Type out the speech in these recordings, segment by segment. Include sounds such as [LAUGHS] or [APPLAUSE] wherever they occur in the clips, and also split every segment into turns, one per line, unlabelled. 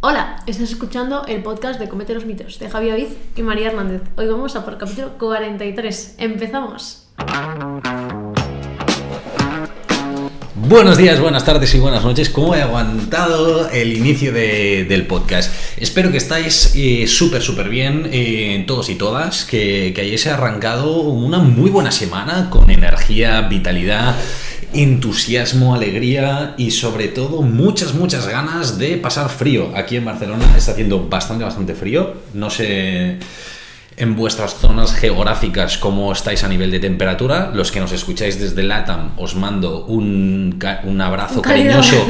Hola, estás escuchando el podcast de Comete los mitos de Javier Aviz y María Hernández. Hoy vamos a por el capítulo 43. Empezamos.
Buenos días, buenas tardes y buenas noches. ¿Cómo he aguantado el inicio de- del podcast? Espero que estáis eh, súper, súper bien eh, todos y todas, que, que hayáis arrancado una muy buena semana con energía, vitalidad, entusiasmo, alegría y sobre todo muchas, muchas ganas de pasar frío. Aquí en Barcelona está haciendo bastante, bastante frío. No sé en vuestras zonas geográficas cómo estáis a nivel de temperatura. Los que nos escucháis desde LATAM os mando un, ca- un abrazo
Un cálido
cariñoso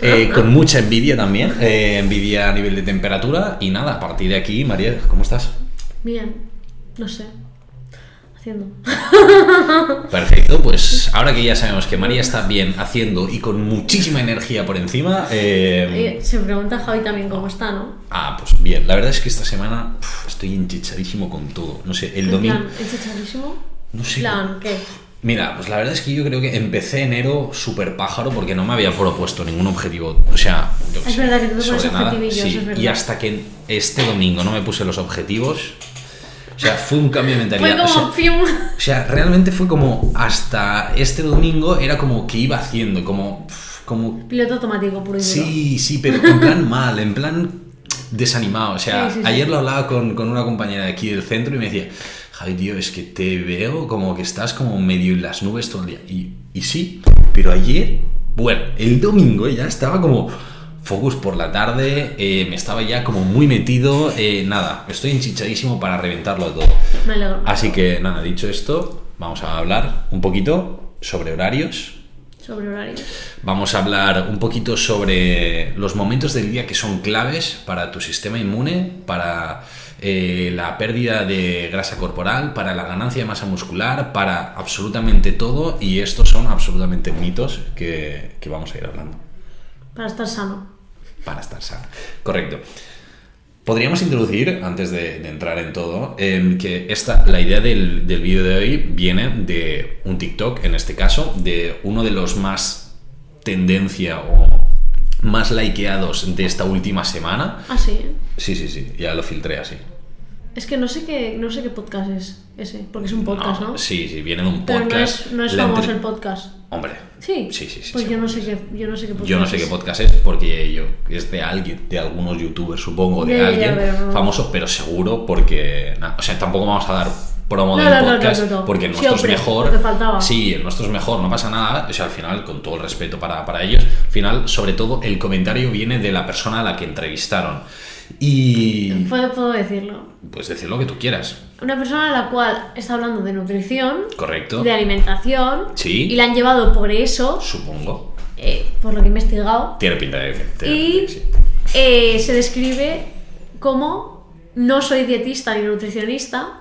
[LAUGHS]
eh, con mucha envidia también. eh, envidia a nivel de temperatura. Y nada, a partir de aquí, María, ¿cómo estás?
Bien, no sé. Haciendo.
Perfecto, pues ahora que ya sabemos que María está bien haciendo y con muchísima energía por encima... eh,
Eh, Se pregunta Javi también cómo está, ¿no?
Ah, pues bien, la verdad es que esta semana uf, estoy enchichadísimo con todo. No sé, el
En
domingo...
plan, enchichadísimo.
No sé.
plan, ¿qué?
Mira, pues la verdad es que yo creo que empecé enero súper pájaro porque no me había propuesto ningún objetivo. O sea, yo qué
Es
sé,
verdad que tú te
sobre
pones
nada,
objetivillos,
sí.
es verdad.
Y hasta que este domingo no me puse los objetivos, o sea, fue un cambio de
Fue
mentalidad. O sea,
como fium.
o sea, realmente fue como hasta este domingo era como que iba haciendo, como, como
[LAUGHS] Piloto automático puro y duro.
Sí, sí, pero en plan mal, en plan desanimado. O sea,
Sí, sí, sí.
ayer lo hablaba con, con una compañera de aquí del centro y me decía, Javi, tío, es que te veo como que estás como medio en las nubes todo el día. Y, y sí, pero ayer, bueno, el domingo ya estaba como focus por la tarde, eh, me estaba ya como muy metido, eh, nada, estoy enchichadísimo para reventarlo todo.
Me alegro.
Así que nada, dicho esto, vamos a hablar un poquito sobre horarios,
Sobre horarios.
Vamos a hablar un poquito sobre los momentos del día que son claves para tu sistema inmune, para eh, la pérdida de grasa corporal, para la ganancia de masa muscular, para absolutamente todo. Y estos son absolutamente mitos que, que vamos a ir hablando
Para estar sano.
para estar sano. Correcto. Podríamos introducir, antes de, de entrar en todo, em, que esta, la idea del, del vídeo de hoy viene de un TikTok, en este caso, de uno de los más tendencia o más likeados de esta última semana.
Ah, sí. ¿eh?
Sí, sí, sí, ya lo filtré así.
Es que no sé qué, no sé qué podcast es ese. Porque es un podcast, ¿no?
Ah, Sí, sí, viene de un
Pero no
podcast.
es, no es
La
famoso
entre-
el podcast.
Hombre.
Sí.
Sí, sí, sí,
Pues
sí.
yo no sé qué, yo no sé qué podcast
Yo no sé qué
es.
podcast es porque yo es de alguien, de algunos youtubers, supongo, de
Ya, ya,
alguien
pero no.
famoso, pero seguro porque na, o sea, tampoco vamos a dar promo
No,
del
no, no,
podcast
no, no, no.
porque el
Sí,
nuestro
hombre,
es mejor.
lo que faltaba.
Sí, el nuestro es mejor, no pasa nada, o sea, al final con todo el respeto para para ellos, al final sobre todo el comentario viene de la persona a la que entrevistaron. Y
Puedo, puedo decirlo.
pues decir lo que tú quieras,
Una persona a la cual está hablando de nutrición,
¿correcto?
de alimentación,
Sí.
y la han llevado por eso,
Supongo.
eh, por lo que he investigado,
Tiene pinta de que tiene pinta
y
de que sí.
eh, se describe como no soy dietista ni nutricionista,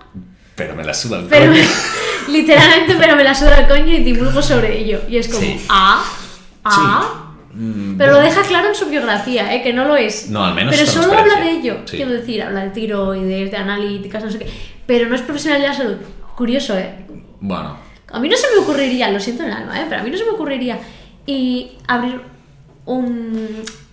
Pero me la suda el
pero
coño.
[LAUGHS] literalmente pero me la suda el coño y divulgo sobre ello. Y es como,
Sí.
ah,
Sí.
ah,
Mm,
Pero lo
bueno.
deja claro en su biografía, ¿eh? que no lo es.
No, al menos
Pero
esta
solo
transparencia.
habla de ello.
Sí.
Quiero decir, habla de tiroides, de analíticas, no sé qué. Pero no es profesional de la salud. Curioso, ¿eh?
Bueno,
A mí no se me ocurriría, lo siento en el alma, ¿eh? pero a mí no se me ocurriría y abrir un.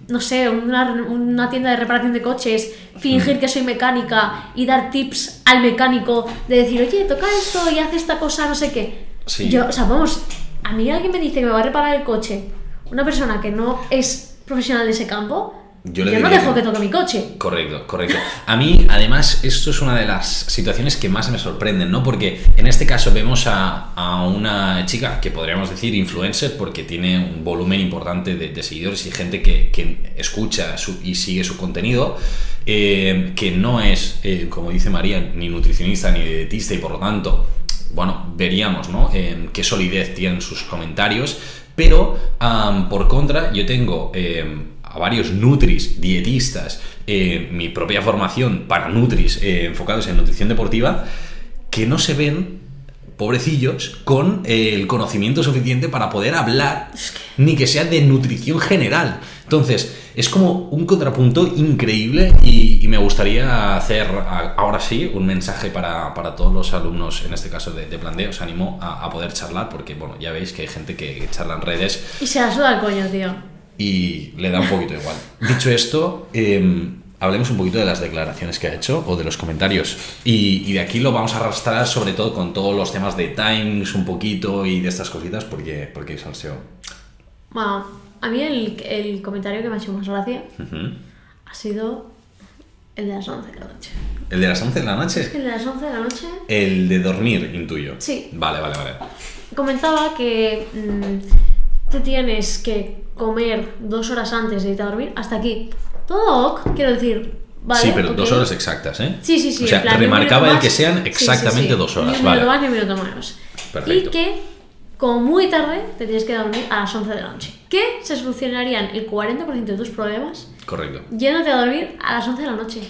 No sé, una, una tienda de reparación de coches, fingir que soy mecánica y dar tips al mecánico de decir, oye, toca esto y haz esta cosa, no sé qué.
Sí.
Yo, o sea, vamos, a mí alguien me dice que me va a reparar el coche, una persona que no es profesional de ese campo,
Yo le
no
diría
dejo que
que-
toque mi coche.
Correcto, correcto. A mí, además, esto es una de las situaciones que más me sorprenden, ¿no? Porque en este caso vemos a, a una chica que podríamos decir influencer porque tiene un volumen importante de, de seguidores y gente que, que escucha su- y sigue su contenido, eh, que no es, eh, como dice María, ni nutricionista ni dietista y por lo tanto, bueno, veríamos, ¿no? Eh, qué solidez tienen sus comentarios, pero am, por contra, yo tengo... em, a varios nutris, dietistas, eh, mi propia formación para nutris eh, enfocados en nutrición deportiva, que no se ven pobrecillos con eh, el conocimiento suficiente para poder hablar, ni que sea de nutrición general. Entonces, es como un contrapunto increíble y, y me gustaría hacer a- ahora sí un mensaje para, para todos los alumnos, en este caso de, de Plan D. os animo a, a poder charlar porque, bueno, ya veis que hay gente que, que charla en redes
Y se la suda el coño, tío.
y le da un poquito igual. Dicho esto, eh, hablemos un poquito de las declaraciones que ha hecho o de los comentarios. Y, y de aquí lo vamos a arrastrar sobre todo con todos los temas de Times un poquito y de estas cositas porque, porque salseo.
Bueno, a mí el, el comentario que me ha hecho más gracia
Ujú.
ha sido el de las 11 de la noche.
El de las 11 de la noche.
El de las 11 de la noche
El de dormir, intuyo.
Sí.
Vale, vale, vale.
comentaba que mm, tú tienes que comer dos horas antes de irte a dormir. Hasta aquí. Todo ok, quiero decir. Vale,
sí, pero dos
ok.
horas exactas, ¿eh?
Sí, sí, sí.
O sea,
en plan, ni un
remarcaba
minuto
el que
más. Sí,
sean
sí,
exactamente
sí.
dos horas,
Ni un
vale.
minuto más ni un minuto menos.
Perfecto.
Y que, como muy tarde, te tienes que dormir a las 11 de la noche. Que se solucionarían el 40% de tus problemas
Correcto.
yéndote a dormir a las 11 de la noche.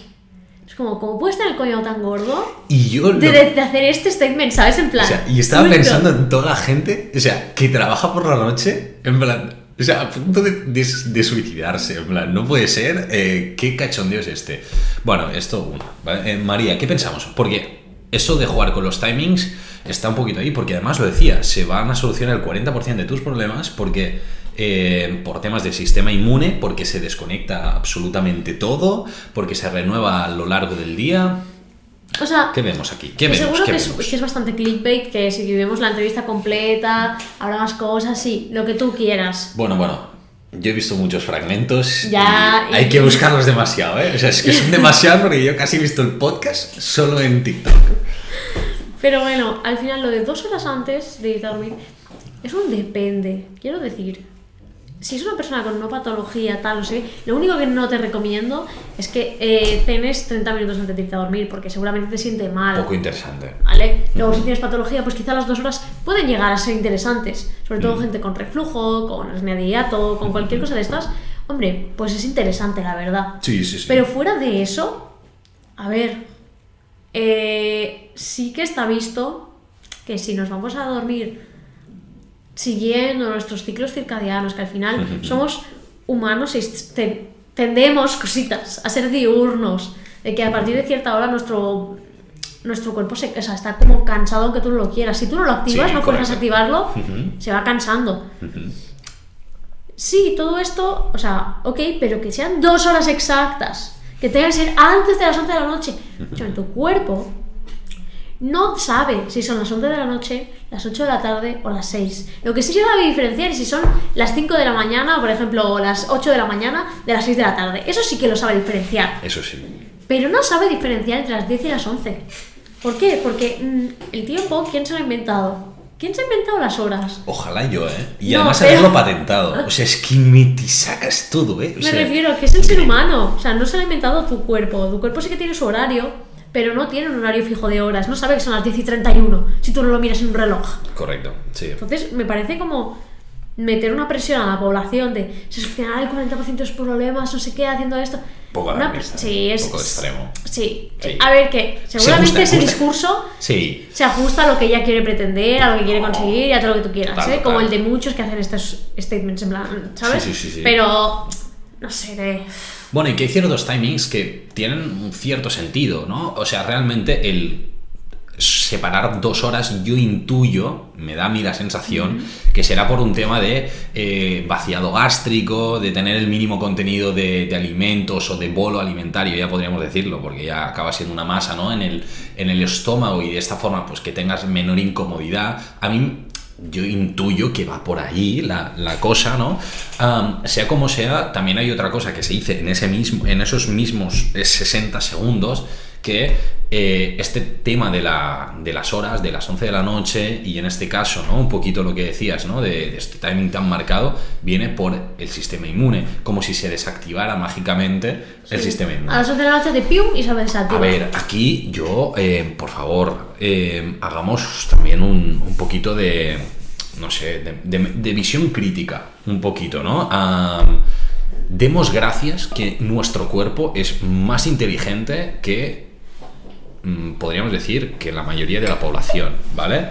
Es como, ¿cómo puede estar el coño tan gordo
Y yo.
de,
lo-
de- de hacer este statement, ¿sabes? En plan.
o sea, y estaba
punto.
pensando en toda la gente, o sea, que trabaja por la noche, en plan. O sea, a punto de, de- de suicidarse, en plan, no puede ser, eh, qué cachondeo es este. Bueno, esto uno, ¿vale? Eh, María, ¿qué pensamos? Porque eso de jugar con los timings está un poquito ahí, porque además lo decía, se van a solucionar el 40% de tus problemas porque eh, por temas del sistema inmune, porque se desconecta absolutamente todo, porque se renueva a lo largo del día.
O sea,
¿Qué vemos aquí? ¿Qué
Y
vemos?
Pues seguro
¿Qué
que es,
vemos?
que es bastante clickbait, que si vemos la entrevista completa, habrá más cosas, sí, lo que tú quieras.
Bueno, bueno, yo he visto muchos fragmentos.
Ya,
y hay
y-
que buscarlos demasiado, ¿eh? O sea, es que [LAUGHS] son demasiados porque yo casi he visto el podcast solo en TikTok.
Pero bueno, al final lo de dos horas antes de irte a dormir es un depende, quiero decir. Si es una persona con una patología, tal, no sé, lo único que no te recomiendo es que eh, cenes 30 minutos antes de irte a dormir, porque seguramente te siente mal.
Poco interesante.
¿Vale? Luego, si tienes patología, pues quizá las dos horas pueden llegar a ser interesantes. Sobre todo gente con reflujo, con hernia de hiato, con cualquier cosa de estas. Hombre, pues es interesante, la verdad.
Sí, sí, sí.
Pero fuera de eso, a ver, eh, sí que está visto que si nos vamos a dormir siguiendo nuestros ciclos circadianos, que al
[LAUGHS]
final somos humanos y te- tendemos cositas a ser diurnos, de que a partir de cierta hora nuestro, nuestro cuerpo se, o sea, está como cansado aunque tú no lo quieras. Si tú no lo activas,
Sí,
no fuerzas
correcto.
a activarlo,
[LAUGHS] Ujú.
se va cansando. Sí, todo esto, o sea, ok, pero que sean dos horas exactas, que tengan que ser antes de las 11 de la noche. O sea, tu cuerpo no sabe si son las 11 de la noche, las 8 de la tarde o las 6. Lo que sí se sabe diferenciar es si son las 5 de la mañana, por ejemplo, o las 8 de la mañana de las 6 de la tarde. Eso sí que lo sabe diferenciar.
Eso sí.
Pero no sabe diferenciar entre las 10 y las 11. ¿Por qué? Porque mm, el tiempo, ¿quién se lo ha inventado? ¿Quién se ha inventado las horas?
Ojalá yo, ¿eh? Y
No,
además
pero-
haberlo patentado. O sea, es que me te sacas todo, ¿eh? O
Me
sea,
refiero que es el ser humano, o sea, no se lo ha inventado tu cuerpo. Tu cuerpo sí que tiene su horario, pero no tiene un horario fijo de horas. No sabe que son las 10 y 31 si tú no lo miras en un reloj.
Correcto, sí.
Entonces, me parece como meter una presión a la población de se solucionará el 40% de los problemas, no sé qué, haciendo esto.
Poco
Una
alarmista,
pres- sí, es,
poco extremo.
Sí, sí.
Sí.
A ver, que
Se
seguramente
ajusta,
ese
ajusta.
discurso
Sí.
se ajusta a lo que ella quiere pretender, a lo que quiere conseguir y a todo lo que tú quieras,
Claro,
¿eh? Como
claro.
el de muchos que hacen estos statements en plan, ¿sabes?
Sí, sí, sí, sí.
Pero, no sé, de...
Bueno, y que hay ciertos timings que tienen un cierto sentido, ¿no? O sea, realmente el separar dos horas, yo intuyo, me da a mí la sensación, que será por un tema de eh, vaciado gástrico, de tener el mínimo contenido de, de alimentos o de bolo alimentario, ya podríamos decirlo, porque ya acaba siendo una masa, ¿no? En el, en el estómago y de esta forma, pues que tengas menor incomodidad. A mí yo intuyo que va por ahí la, la cosa, ¿no? Am, sea como sea, también hay otra cosa que se dice en, ese mismo, en esos mismos eh, 60 segundos, que eh, este tema de, la, de las horas, de las 11 de la noche, y en este caso, ¿no? Un poquito lo que decías, ¿no? De, de este timing tan marcado, viene por el sistema inmune, como si se desactivara mágicamente el
Sí. Ah,
sistema inmune.
A las 11 de la noche de pium y se desactiva.
A ver, aquí yo, eh, por favor, eh, hagamos también un, un poquito de, no sé, de, de- de visión crítica, un poquito, ¿no? Am, demos gracias que nuestro cuerpo es más inteligente que mm, podríamos decir que la mayoría de la población, ¿vale?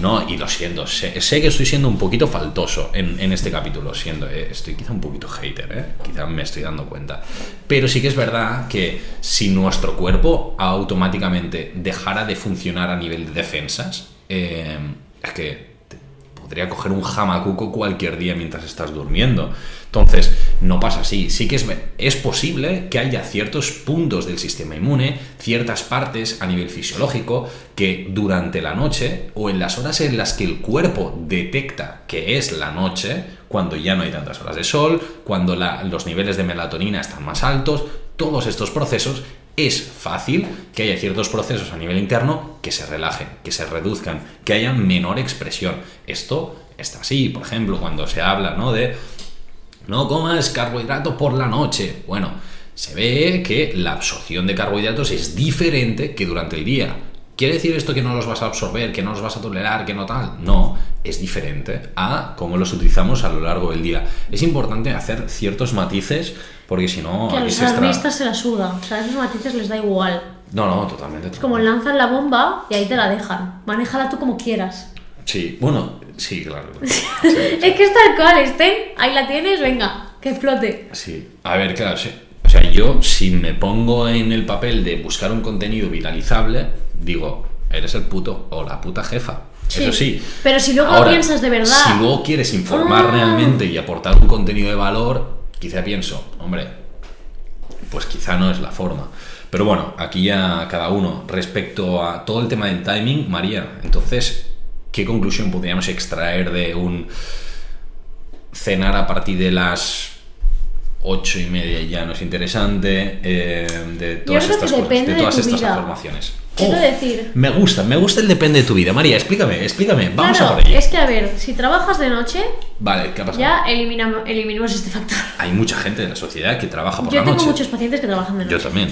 No, y lo siento, sé, sé que estoy siendo un poquito faltoso en, en este capítulo, siendo, eh, estoy quizá un poquito hater, ¿eh? Quizá me estoy dando cuenta. Pero sí que es verdad que si nuestro cuerpo automáticamente dejara de funcionar a nivel de defensas, eh, es que te- podría coger un jamacuco cualquier día mientras estás durmiendo. Entonces, no pasa así. Sí que es, es posible que haya ciertos puntos del sistema inmune, ciertas partes a nivel fisiológico, que durante la noche o en las horas en las que el cuerpo detecta que es la noche, cuando ya no hay tantas horas de sol, cuando la, los niveles de melatonina están más altos, todos estos procesos es fácil que haya ciertos procesos a nivel interno que se relajen, que se reduzcan, que haya menor expresión. Esto está así, por ejemplo, cuando se habla ¿no? de no comas carbohidratos por la noche. Bueno, se ve que la absorción de carbohidratos es diferente que durante el día. ¿Quiere decir esto que no los vas a absorber, que no los vas a tolerar, que no tal? No, es diferente a cómo los utilizamos a lo largo del día. Es importante hacer ciertos matices porque si no...
Que a
aquí
los
se extra-
alarmistas se la suda. O sea, a esos matices les da igual.
No, no, totalmente.
Es como
totalmente.
lanzan la bomba y ahí te la dejan. Manéjala tú como quieras.
Sí, bueno, sí, claro. [LAUGHS]
Es que es tal cual, estén. Ahí la tienes, venga, que explote.
Sí. A ver, claro, sí. O sea, yo si me pongo en el papel de buscar un contenido viralizable, digo, eres el puto o la puta jefa. Eso sí.
Pero si luego
Ahora,
piensas de verdad.
Si luego quieres informar
Ah.
realmente y aportar un contenido de valor, quizá pienso, hombre, pues quizá no es la forma. Pero bueno, aquí ya cada uno. Respecto a todo el tema del timing, María, entonces, ¿qué conclusión podríamos extraer de un cenar a partir de las ocho y media ya no es interesante eh, de todas
creo que
estas cosas,
depende
de
de
todas
tu
estas
vida.
informaciones?
Quiero
Oh,
decir-
Me gusta, me gusta el depende de tu vida. María, explícame, explícame. Vamos
claro,
a por ello.
es que a ver, si trabajas de noche,
Vale, ¿qué ha pasado?
ya eliminamos, eliminamos este factor.
Hay mucha gente de la sociedad que trabaja por
Yo
la
tengo
noche.
muchos pacientes que trabajan de noche.
Yo también.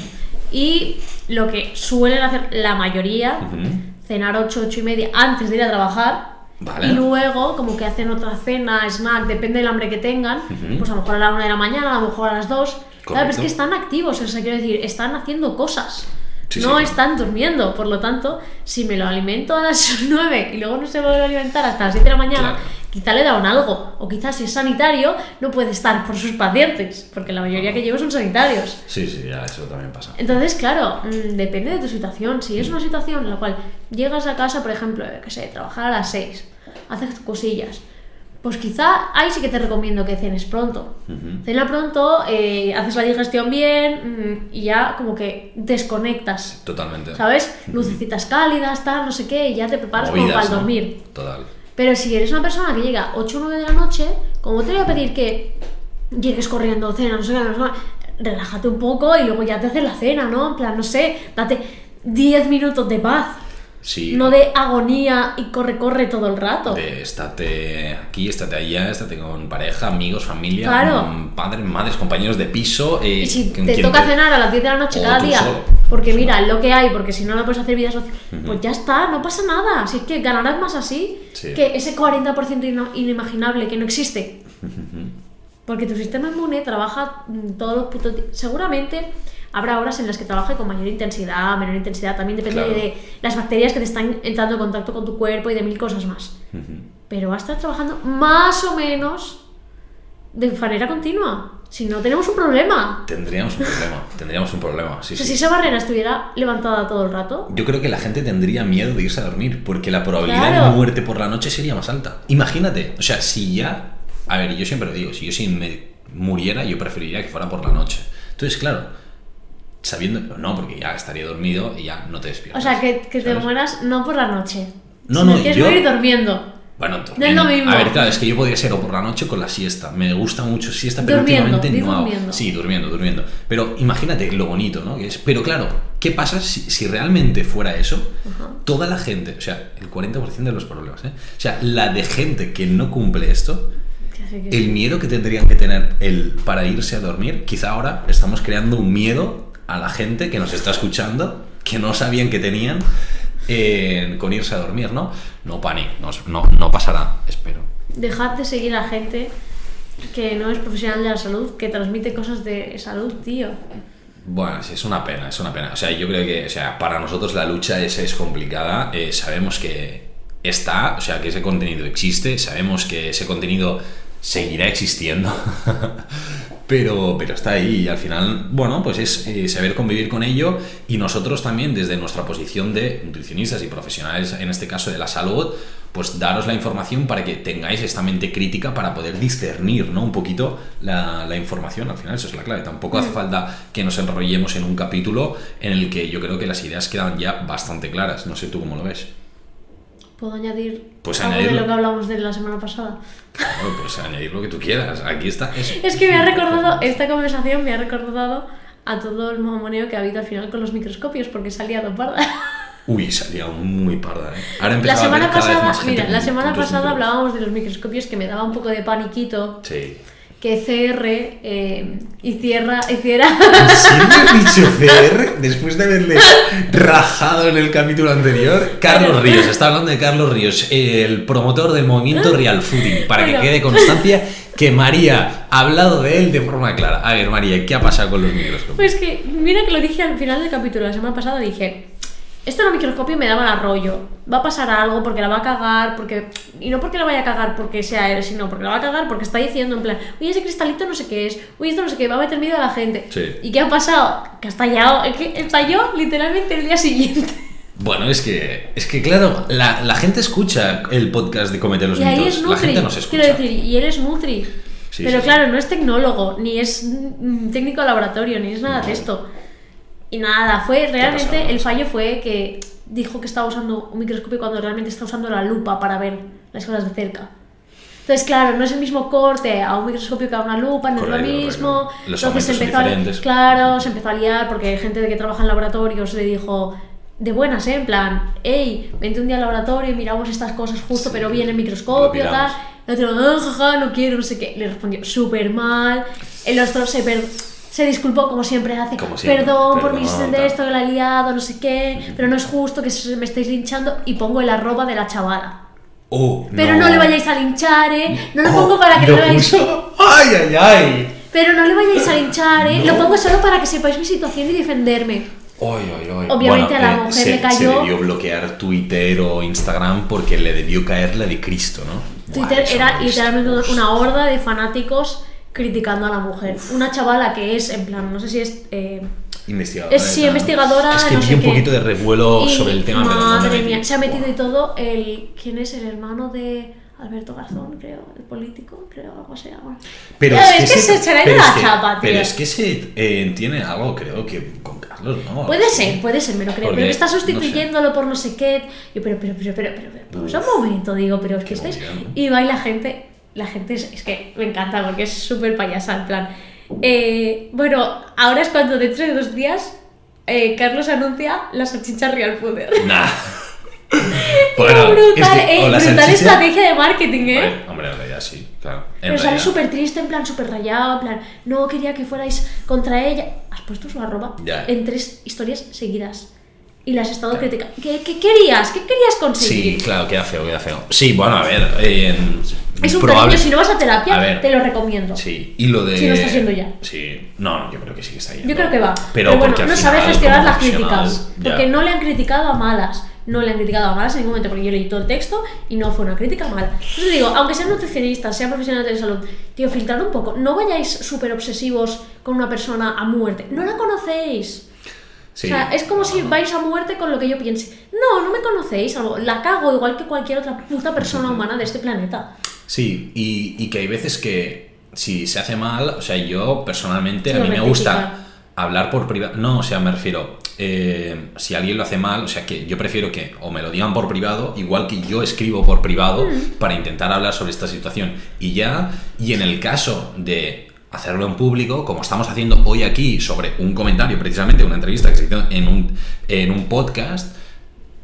Y lo que suelen hacer la mayoría,
Ujú.
cenar 8, 8 y media antes de ir a trabajar.
Vale.
Y luego, como que hacen otra cena, snack, depende del hambre que tengan.
Ujú.
Pues a lo mejor a la una de la mañana, a lo mejor a las dos. Claro, pero es
Correcto.
que están activos, o sea, quiero decir, están haciendo cosas.
Sí, sí,
no
claro.
están durmiendo, por lo tanto, si me lo alimento a las [LAUGHS] 9 y luego no se vuelve a alimentar hasta las 7 de la mañana,
Claro.
quizá le dan algo. O quizás si es sanitario, no puede estar por sus pacientes, porque la mayoría que llevo son sanitarios.
Sí, sí, ya, eso también pasa.
Entonces, claro, mm, depende de tu situación. Si es una situación en la cual llegas a casa, por ejemplo, yo qué sé, trabajar a las 6, haces tus cosillas, pues quizá ahí sí que te recomiendo que cenes pronto.
Ujú.
Cena pronto, eh, haces la digestión bien mm, y ya como que desconectas,
Totalmente.
¿sabes? Lucecitas cálidas, tal, no sé qué, y ya te preparas como
Movidas,
para el
¿no?
dormir.
Total.
Pero si eres una persona que llega 8 o 9 de la noche, como te voy a pedir que llegues corriendo, cena, no sé qué, no sé qué, relájate un poco y luego ya te haces la cena, ¿no? En plan, no sé, date 10 minutos de paz,
Sí.
no de agonía y corre, corre todo el rato.
de estate aquí, estate allá, estate con pareja, amigos, familia,
Claro.
mm, padres, madres, compañeros de piso. eh,
Y si
con
te
quien
toca cenar a las 10 de la noche
o
cada
tú
día,
solo.
porque mira, es lo que hay, porque si no, no puedes hacer vida social, pues ya está, no pasa nada. Si es que ganarás más así
Sí.
que ese 40% ino- inimaginable que no existe. Porque tu sistema inmune trabaja mm, todos los putos di- Seguramente habrá horas en las que trabaje con mayor intensidad, menor intensidad, también depende
Claro.
de las bacterias que te están entrando en contacto con tu cuerpo y de mil cosas más. Pero va a estar trabajando más o menos de manera continua. Si no, tenemos un problema.
Tendríamos un problema, tendríamos un problema. Sí,
O sea,
sí.
si esa barrera estuviera levantada todo el rato,
Yo creo que la gente tendría miedo de irse a dormir porque la probabilidad
Claro.
de muerte por la noche sería más alta. Imagínate, o sea, si ya. A ver, yo siempre lo digo, si yo si me muriera, yo preferiría que fuera por la noche. Entonces, claro, sabiendo. No, porque ya estaría dormido y ya no te
o
despiertas.
sea, que, que te
¿sabes?
mueras no por la noche.
No,
sino
no,
que es
yo-
morir durmiendo.
Bueno,
No es lo
durmiendo.
mismo.
A ver, claro, es que yo podría ser o por la noche o con la siesta. Me gusta mucho siesta, pero
Durmiendo, di
últimamente no hago.
durmiendo.
Sí, durmiendo, durmiendo. Pero imagínate lo bonito, ¿no? Que es. Pero claro, ¿qué pasa si, si realmente fuera eso? Toda la gente, o sea, el 40% de los problemas, ¿eh? O sea, la de gente que no cumple esto,
Que sí, que sí.
el miedo que tendrían que tener el, para irse a dormir, quizá ahora estamos creando un miedo a la gente que nos está escuchando, que no sabían que tenían eh, con irse a dormir, ¿no? No panic, no, no, no pasará, espero.
Dejad de seguir a gente que no es profesional de la salud, que transmite cosas de salud, tío.
Bueno, sí, es una pena, es una pena. O sea, yo creo que o sea, para nosotros la lucha es, es complicada. eh, sabemos que está, o sea, que ese contenido existe, sabemos que ese contenido seguirá existiendo. [LAUGHS] Pero, pero está ahí y al final, bueno, pues es eh, saber convivir con ello y nosotros también desde nuestra posición de nutricionistas y profesionales, en este caso de la salud, pues daros la información para que tengáis esta mente crítica para poder discernir ¿no? un poquito la, la información. Al final, eso es la clave. Tampoco
Mm.
hace falta que nos enrollemos en un capítulo en el que yo creo que las ideas quedan ya bastante claras. No sé tú cómo lo ves.
¿Puedo añadir
Pues
algo de
añadirlo.
lo que hablamos de la semana pasada?
Claro, pues añadir lo que tú quieras. Aquí está.
Es que me ha recordado, esta conversación me ha recordado a todo el mamoneo que ha habido al final con los microscopios, porque salía dos parda.
Uy, salía muy parda, ¿eh? Ahora
La
empezaba a
semana
ver cada vez
pasada,
más gente
mira,
con
la semana
puntos
pasada
negros.
hablábamos de los microscopios que me daba un poco de paniquito
Sí.
que CR eh, hiciera, hiciera
Siempre has dicho CR después de haberle rajado en el capítulo anterior. Carlos Ríos, está hablando de Carlos Ríos, el promotor del movimiento Real Fooding, para que
Bueno.
quede constancia que María ha hablado de él de forma clara. A ver, María, ¿qué ha pasado con los
[LAUGHS]
microscopios?
Pues que, mira que lo dije al final del capítulo, la semana pasada dije, esto los microscopio me daban arroyo, va a pasar algo porque la va a cagar, porque... Y no porque la vaya a cagar porque sea él, sino porque la va a cagar porque está diciendo en plan, uy, ese cristalito no sé qué es, uy, esto no sé qué, va a meter miedo a la gente.
Sí.
¿Y qué ha pasado? Que ha estallado, es que estalló literalmente el día siguiente.
Bueno, es que, es que claro, la, la gente escucha el podcast de Comete los
y ahí
Mitos.
es
La
Nutri,
gente nos
quiero
escucha.
decir, y él es Nutri.
Sí,
Pero
sí,
claro, no es tecnólogo, ni es mm, técnico de laboratorio, ni es nada de esto. Y nada, fue
pasado?
realmente, el fallo fue que dijo que estaba usando un microscopio cuando realmente está usando la lupa para ver las cosas de cerca. Entonces, claro, no es el mismo corte a un microscopio que a una lupa, no es
Correcto,
lo
correcto.
mismo.
Los
Entonces
aumentos son
empezó, a-
diferentes.
claro, se empezó a liar porque gente de que trabaja en laboratorios le dijo de buenas, ¿eh? En plan, hey, vente un día al laboratorio y miramos estas cosas justo,
Sí,
pero bien en
lo
microscopio,
miramos.
tal. El otro, "Ah, jaja, no quiero, no sé qué. Le respondió súper mal. El otro se, per- se disculpó, como siempre hace.
Como siempre,
perdón por
perdón,
mis
tal.
de esto que la he liado, no sé qué. Pero no es justo que se- me estéis linchando. Y pongo el arroba de la chavala.
Oh,
Pero no, le vayáis a linchar, ¿eh? No lo pongo
Oh,
para que
lo
no lo veáis.
puso. ¡Ay, ay, ay!
Pero no le vayáis a linchar, ¿eh?
No.
Lo pongo solo para que sepáis mi situación y defenderme.
Oy, oy, oy. eh,
Obviamente a la mujer
se,
le cayó-
se debió bloquear Twitter o Instagram porque le debió caer la de Cristo, ¿no? Buah,
Twitter
eso
era
no es-
literalmente
Uf.
una horda de fanáticos criticando a la mujer. Una chavala que es, en plan, no sé si es... eh,
Investigadora.
es- sí,
¿verdad?
investigadora,
Es que
no
vi
sé
un
qué.
poquito de revuelo
y
sobre el tema. pero no me
Madre
metí.
mía, se ha metido y
Buah.
todo el... ¿Quién es? El hermano de Alberto Garzón, creo. El político, creo, algo así. algo.
Pero
Ya,
es que,
es que
ese-
se- se le ha
pero
ido
es
la
que-
chapa,
Pero
tío.
es que se eh, tiene algo, creo que con Carlos, ¿no?
Puede ser, puede ser, me lo creo.
Porque,
Pero que está
Ah, no sé.
sustituyéndolo por no sé qué. Yo, pero, pero, pero, pero, pero, pero, pausa
Uf.
un momento, digo, pero es que
Qué
estáis.
movida, ¿no?
Y va y la gente, la gente es, es que me encanta porque es súper payasa, en plan. eh, bueno, ahora es cuando dentro de dos días eh, Carlos anuncia la salchicha Real Food. [LAUGHS]
[LAUGHS] Nah.
brutal,
es que-
eh,
o la
brutal
salchicha-
estrategia de marketing, eh.
Hombre, Hombre, en realidad sí, claro. En
Pero sale
realidad.
súper triste, en plan súper rayado, en plan, no quería que fuerais contra ella. Has puesto su arroba
Ya.
en tres historias seguidas. Y las has estado
Ya.
criticando. ¿Qué, qué querías? ¿Qué querías
Sí,
conseguir?
claro, queda feo, queda feo. Sí, bueno, a ver. eh,
es un
probable-
cariño, si no vas a terapia,
A ver.
te lo recomiendo.
Sí, y lo de.
Sí, lo está haciendo ya.
Sí, no, no, yo creo que sí que está yendo.
Yo creo que va.
Pero,
bueno,
porque al
no
final,
sabe gestionar
como
las
profesional,
críticas.
ya.
Porque no le han criticado a malas. No le han criticado a malas en ningún momento, porque yo leí todo el texto y no fue una crítica mala. Entonces digo, aunque sean nutricionistas, sean profesionales de salud, tío, filtrad un poco. No vayáis súper obsesivos con una persona a muerte. No la conocéis.
Sí.
O sea, es como si
No, no.
vais a muerte con lo que yo piense. No, no me conocéis. algo. La cago igual que cualquier otra puta persona humana de este planeta.
Sí, y, y que hay veces que si se hace mal, o sea, yo personalmente
Sí,
a mí me
rectificar.
gusta hablar por privado. No, o sea, me refiero, eh, si alguien lo hace mal, o sea, que yo prefiero que o me lo digan por privado, igual que yo escribo por privado para intentar hablar sobre esta situación. Y ya, y en el caso de hacerlo en público, como estamos haciendo hoy aquí sobre un comentario, precisamente una entrevista que se hizo en un, en un podcast,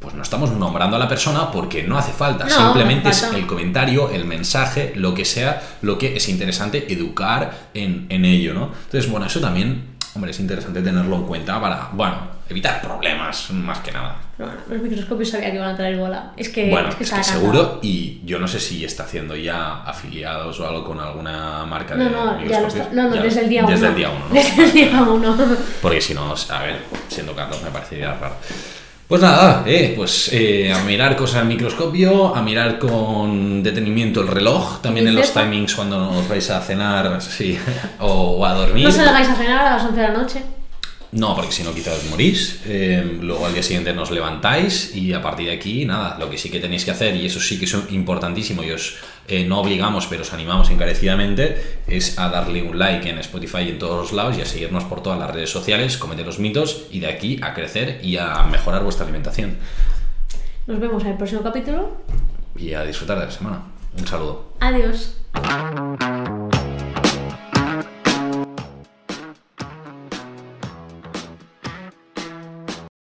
pues no estamos nombrando a la persona porque no hace falta.
No,
Simplemente
no hace
es
falta.
el comentario, el mensaje, lo que sea, lo que es interesante educar en, en ello, ¿no? Entonces, bueno, eso también, hombre, es interesante tenerlo en cuenta para, bueno, evitar problemas más que nada.
Pero bueno, los microscopios sabía que iban a traer bola. Es que,
bueno,
es que,
es
estaba
que
cantado.
seguro, y yo no sé si está haciendo ya afiliados o algo con alguna marca
No,
de
no, ya lo
microscopios.
está. No, no,
Ya,
desde el día 1.
Desde el día uno,
[LAUGHS]
¿no?
Desde el día uno.
Porque si no, a ver, siendo Carlos me parecería raro. Pues nada, eh, pues eh, a mirar cosas al microscopio, a mirar con detenimiento el reloj, también en los
Bicicleta.
timings cuando os vais a cenar sí, [LAUGHS] o, o a dormir.
No se la vais a cenar a las 11 de la noche.
No, porque si no quizás os morís, eh, luego al día siguiente nos levantáis y a partir de aquí, nada, lo que sí que tenéis que hacer, y eso sí que es importantísimo y os eh, no obligamos, pero os animamos encarecidamente, es a darle un like en Spotify y en todos los lados y a seguirnos por todas las redes sociales, cometer los mitos y de aquí a crecer y a mejorar vuestra alimentación.
Nos vemos en el próximo capítulo.
Y a disfrutar de la semana. Un saludo.
Adiós.